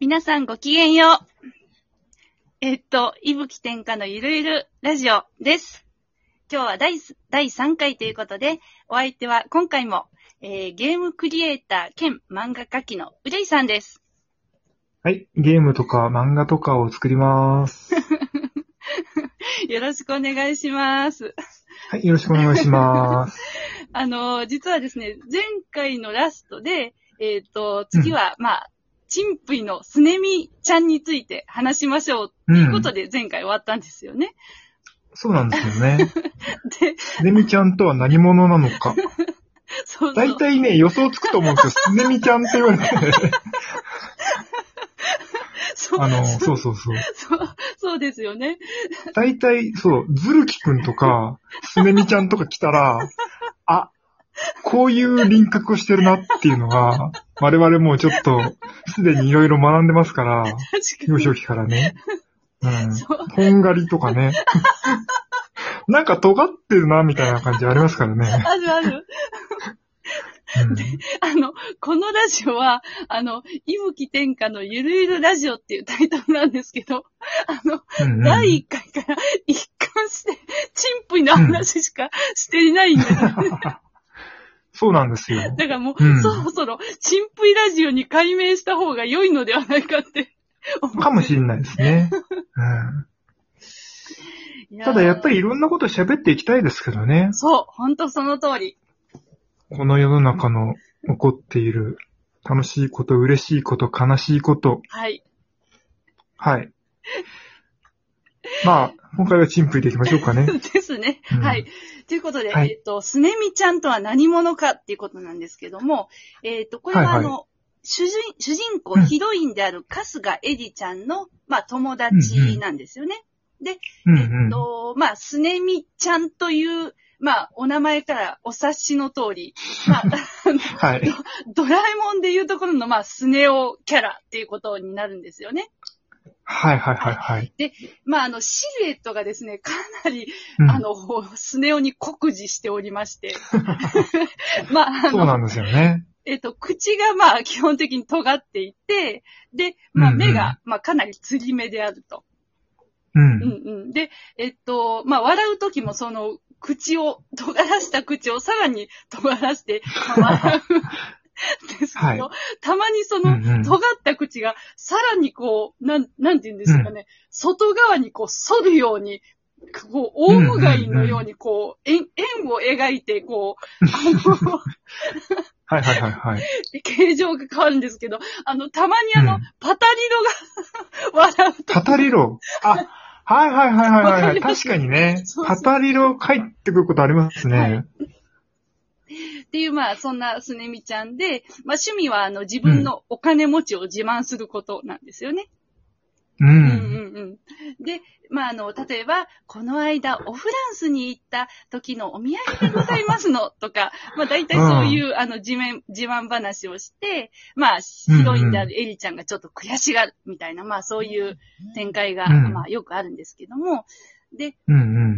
皆さんごきげんよう。えっと、いぶき天下のゆるゆるラジオです。今日は第す第3回ということで、お相手は今回も、えーゲームクリエイター兼漫画家きのうれいさんです。はい。ゲームとか漫画とかを作ります。よろしくお願いします。はい。よろしくお願いします。あのー実はですね、前回のラストで、えっ、と、次は、まあ、チンプイのスネミちゃんについて話しましょうとういうことん。で前回終わったんですよね。そうなんですよね。で、スネミちゃんとは何者なのか。そうそう大。体ね、予想つくと思うんですよ。スネミちゃんって言われて。そうあの、そそううそうそう。そう、そうですよね。大体、そう、ズルキくんとか、スネミちゃんとか来たら、あ、こういう輪郭をしてるなっていうのが、我々もうちょっと、すでにいろいろ学んでますから、確か幼に。少期からね。うん。そう、とんがりと かね。なんか尖ってるな、みたいな感じありますか らね。あるある。うんあの、このラジオは、あの、いぶき天下のゆるゆるラジオっていうタイトルなんですけど、あの、うんうん第1回から一貫して、チンプイの話しかしていないんです。 そうなんですよ。だからもう、うんそろそろ、チンプイラジオに改名した方が良いのではないかって思って。かもしれないですね。うんいーただやっぱりいろんなこと喋っていきたいですけどね。そう、ほんとその通り。この世の中の起こっている楽しいこと、嬉しいこと、悲しいこと。はい。はい。まあ、今回はチンプイでいきましょうかね。 ですね。うんはい。ということで、はいえっと、スネミちゃんとは何者かっていうことなんですけども、えっと、これははいあはいの、主人、主人公、うんヒロインである春日エリちゃんの、まあ、友達なんですよね。うんえうっん。と、まあ、スネミちゃんという、まあ、お名前からお察しの通 り、まあ、はい。ドラえもんでいうところの、まあ、スネオキャラっていうことになるんですよね。はいはいはいはい。まあ、あの、シルエットがですね、かなり、うんあの、スネオに酷似しておりま して。 まあ、あそうなの、んですよね。えっと、口がまあ、基本的に尖っていて、で、まあ、うんうん目が、まあ、かなりつり目であると。ううんん。うん。で、えっと、まあ、笑うときもその、口を、尖らした口をさらに尖ら して、まあ笑うんですけど、はいたまにそうんの、うん。尖った口が、さらにこう、なん、なんて言うんですかね、外側にこう、反るように、こう、オウムガイのように、こう、円、円を描いて、こう、あの、 はいはいはいはい。形状が変わるんですけど、あの、たまにあの、うんパタリロが 笑うパタリロ。あ、はいはいはいはいはい。確かにねそう。そうパタリロ帰ってくることありますね。はいっていう、まあ、そんなすねみちゃんで、まあ、趣味は、あの、自分のお金持ちを自慢することなんですよね。ううんん。うんうん。で、まあ、あの、例えば、この間、オフランスに行った時のお土産でございますの、とか、 まあ、大体そういう、あの、自慢、自慢話をして、まあ、ヒロインであるエリちゃんがちょっと悔しがる、みたいな、まあ、そういう展開が、うんまあ、よくあるんですけども、で、うんうん。うんう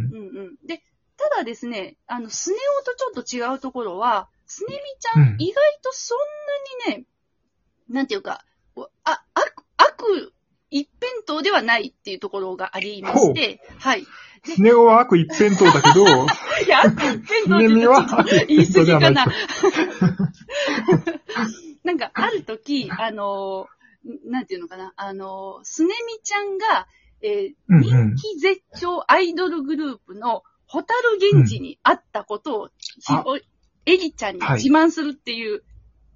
ん。で、ただですね、あの、スネ夫とちょっと違うところは、スネミちゃんうん意外とそんなにね、なんていうか、おあ、悪、悪一辺倒ではないっていうところがありまして、はい。いスネ夫は悪一辺倒だけ ど、や、悪一辺ス倒っネてミ言うとちょはっと悪言い一過辺倒ぎではなかいな と。。なんか、ある時、あのー、んなんていうのかな、あのー、スネミちゃんが、えーうんう人ん気絶頂アイドルグループのホタル源氏に会ったことを、ひあおエリちゃんにはい自慢するっていう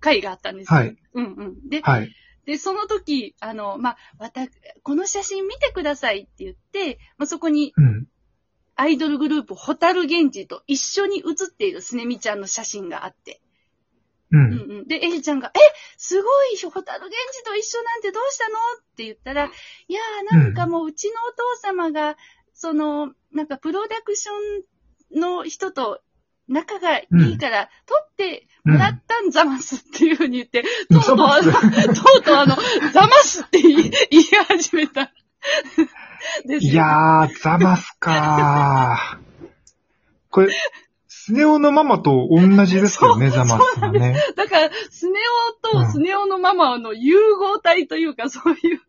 回があったんですよ。はいうんうん。で、はい。で、その時、あの、まあ、わた、この写真見てくださいって言って、まあ、そこにうん。アイドルグループホタル源氏と一緒に写っているスネミちゃんの写真があって、ううんん。うん。で、エリちゃんが、え、すごい、ホタル源氏と一緒なんてどうしたのって言ったら、いやー、なんかもううちのお父様が、その、なんかプロダクションの人と仲がいいから、取ってもらったんざますっていうふうに言って、とうとうあの、とうとうあの、ざますって言い言い始めた。ですよいやー、ざますかー。これ、ススネ夫のママと同じですよね、そうザマスがね。だから、スネ夫とうんスネ夫のママの融合体というか、そういう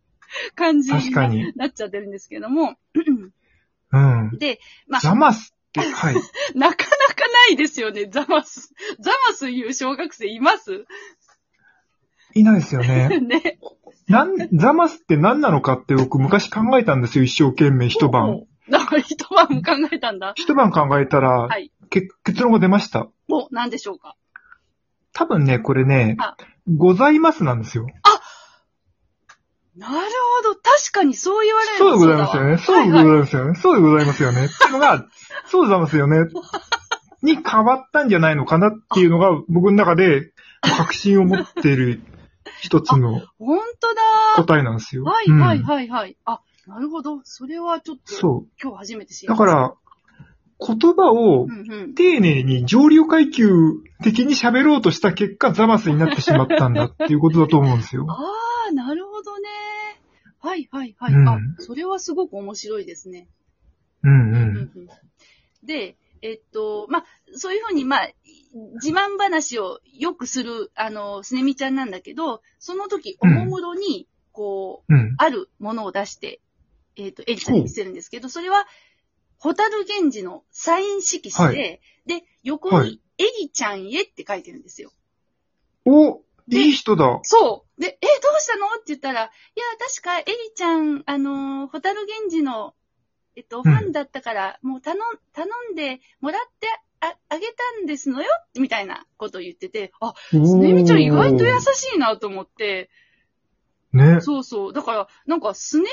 感じ確にかなに。なっちゃってるんですけども。うん。で、まあ、ザマスって、はい。なかなかないですよね、ザマス。ザマスいう小学生いますいないですよね。ね。なん、ザマスって何なのかって僕昔考えたんですよ、一生懸命一晩。だから一晩も考えたんだ。一晩考えたら、はいけ結論が出ました。お、なんでしょうか。多分ね、これねあ、ございますなんですよ。なるほど。確かにそう言われるそうでございますよね。そうでございいますよね。そうでございますよね。っていう のが、そうでございますよね。に変わったんじゃないのかなっていうのが、僕の中で確信を持っている一つ の本当だ。答えなんですよ。はいはいうんはいはい。あ、なるほど。それはちょっと、そ今日初めて知う。りまだした。か、ら、言葉をうんうん。丁寧に上流階級的に喋ろうとした結果、ザマスになってしまったんだっていうことだと思うんですよ。ああ、なるほどね。はいはいはい。うんあ、それはすごく面白いですね。うんう。うんんうんで、えっと、まあ、そういうふうに、まあ、自慢話をよくする、あの、すねみちゃんなんだけど、その時、おうんもむろに、こう、うん。あるものを出して、えっと、エリさんに見せるんですけど、それは、ホタル源氏のサイン色紙で、で、横はにい、エリちゃんへって書いてるんですよ。おでいい人だ。そう。で、え、どうしたのって言ったら、いや、確か、エリちゃん、あのー、ホタル源氏の、えっと、んファンだったから、もう頼ん、頼んで、もらってあ、あげたんですのよ、みたいなことを言ってて、あ、すねみちゃん意外と優しいなと思って、ね。そうそう。だから、なんか、スネ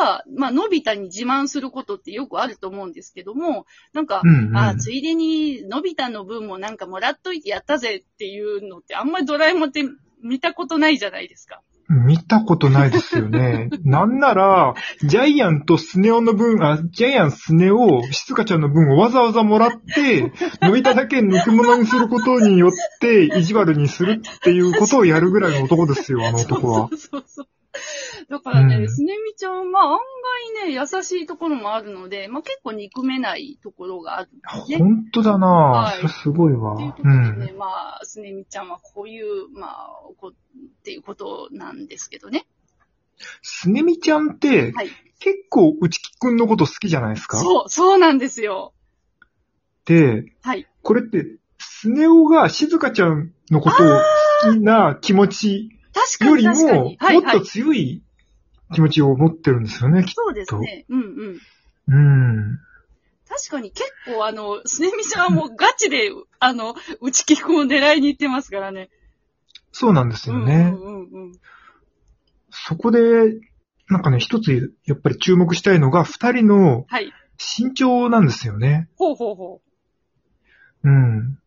夫が、まあ、のび太に自慢することってよくあると思うんですけども、なんかう、んうん。あ、ついでに、のび太の分もなんかもらっといてやったぜっていうのって、あんまりドラえもんって見たことないじゃないですか。見たことないです よね。なんなら、ジャイアンとスネ夫の分、あ、ジャイアンスネ夫、しずかちゃんの分をわざわざもらって、のび太だけ抜くものにすることによって、意地悪にするっていうことをやるぐらいの男ですよ、あの男は。 そうそうそうそう。だからね、うんすねみちゃんは、まあ、案外ね、優しいところもあるので、まあ結構憎めないところがあるね。っ本当だなぁ、はいそれすごいわ。ていうとこうろでね、ん。まあ、すねみちゃんはこういう、まあ、こうっていうことなんですけどね。スネミちゃんって、はい結構内木くんのこと好きじゃないですかそう、そうなんですよ。で、はい。これって、スネ夫がしずかちゃんのことを好きな気持ち確かよりにも、確かもに。はいっはとい。強い気持ちを持ってるんですよね、きっそうですね。うんうん。と。うん。確かに結構あの、すねみちゃんはもうガチで、あの、内木くんを狙いに行ってますからね。そうなんですうよんうね。んうんうん。そこで、なんかね、一つやっぱり注目したいのが、二人のはい。身長なんですよね。ほうほうほう。うん。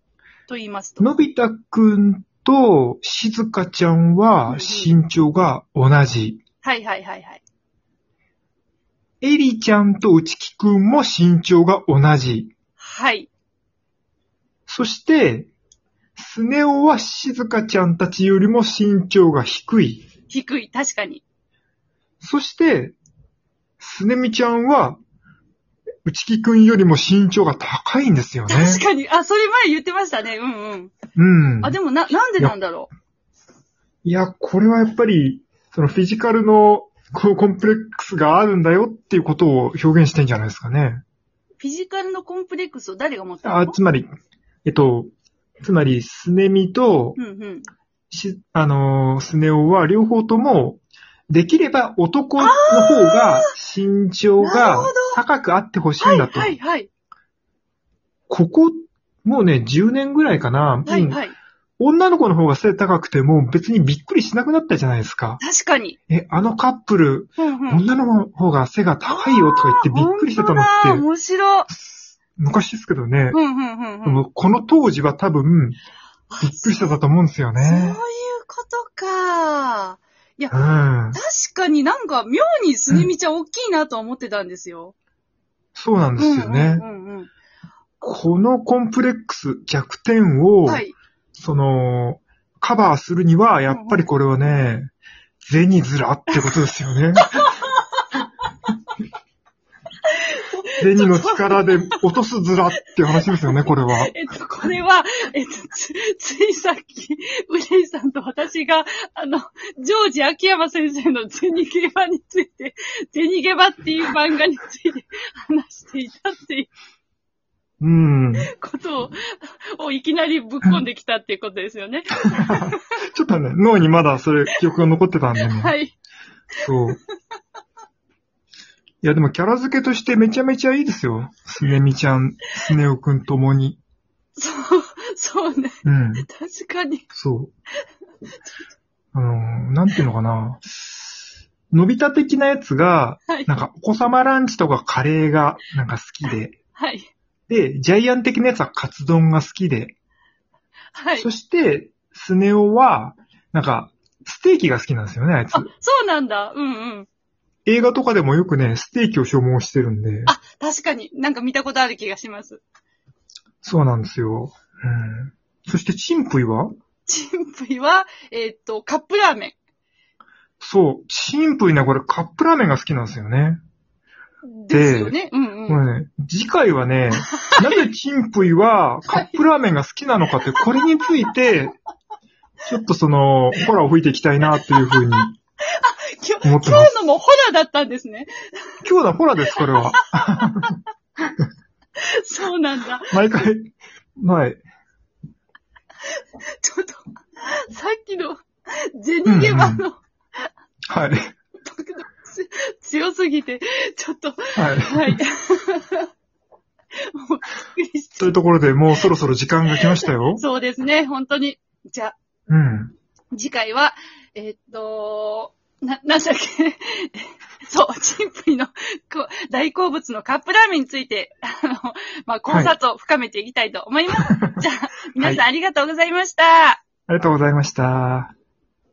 と言いますと。のび太くんとしずかちゃんは身長が同じ。はいはいはいはい。えりちゃんとうちきくんも身長が同じ。はい。そして、スネ夫はしずかちゃんたちよりも身長が低い。低い、確かに。そして、すねみちゃんは、内木くんよりも身長が高いんですよね。確かに。あ、それ前言ってましたね。うんうん。うん。あ、でもな、なんでなんだろいや、これはやっぱり、そのフィジカルのこうコンプレックスがあるんだよっていうことを表現してんじゃないですかね。う。フィジカルのコンプレックスを誰が持ったのあ、つまり、えっと、つまり、すねみとう、んうん。し、あのー、すねおは両方とも、できれば男の方が身長なるがほど高くあってほしいはんいだとは。いはい。ここ、もうね、10年ぐらいかな。はいうんはい。女の子の方が背高くても別にびっくりしなくなったじゃないですか。確かに。え、あのカップル、うんうん。女の方が背が高いよとか言ってびっくりしてたの本当だって、面白い。昔ですけどねう、んうんうんうん。もうこの当時は多分、あびっくりしてたと思うんですよそういうね。ことか。うん。確かになんか妙にすねみちゃん大きいなとは思ってたんですよ。そうなんですよね。うんうんうんうん。このコンプレックス、弱点を、はい。その、カバーするには、やっぱりこれはね、 銭面ってことですよね。デニの力で落とすズラっていう話ですよね、これは。えっと、これは、えっと、つ、ついさっき、ウレイさんと私が、あの、ジョージ秋山先生のゼニゲバについて、ゼニゲバっていう漫画について話していたっていううん。ことを、をいきなりぶっこんできたっていうことですよね。ちょっとね、脳にまだそれ記憶が残ってたんでね。はい。そう。いや、でもキャラ付けとしてめちゃめちゃいいですよ。すねみちゃん、すねおくんともに。そう、そうね。うん。確かに。そう。あのー、なんていうのかな。のび太的なやつが、はい。なんかお子様ランチとかカレーがなんか好きで、はい。で、ジャイアン的なやつはカツ丼が好きで、はい。そして、スネ夫は、なんか、ステーキが好きなんですよね、あいつあ。、そうなんだ。うんうん。映画とかでもよくね、ステーキを所望してるんで。あ、確かに。なんか見たことある気がします。そうなんですよ。うん。そして、チンプイはチンプイは、えっと、カップラーメン。そう、チンプイね、これカップラーメンが好きなんですよね。ですよね。うんこうん。れね、次回 はね、なぜチンプイはカップラーメンが好きなのかって、これについて、ちょっとその、ホラーを吹いていきたいな、というふうに今日、思って今ます。日のもホラーだったんですね。今日のホラーです、これは。そうなんだ。毎回、はい。ちょっと、さっきの、ゼニゲバの、はい。強すぎて、ちょっと、はい。 はい。もう、びっくりしというところで、もうそろそろ時間が来ましたよ。そうですね、本当に。じゃあ、うん。次回は、えーっと、な、なんだっけ。 そう、チンプイのこ大好物のカップラーメンについて、あの、まあ、考察を深め ていきたいと思います。じゃあ、皆さんありがとうございました。ありがとうございました。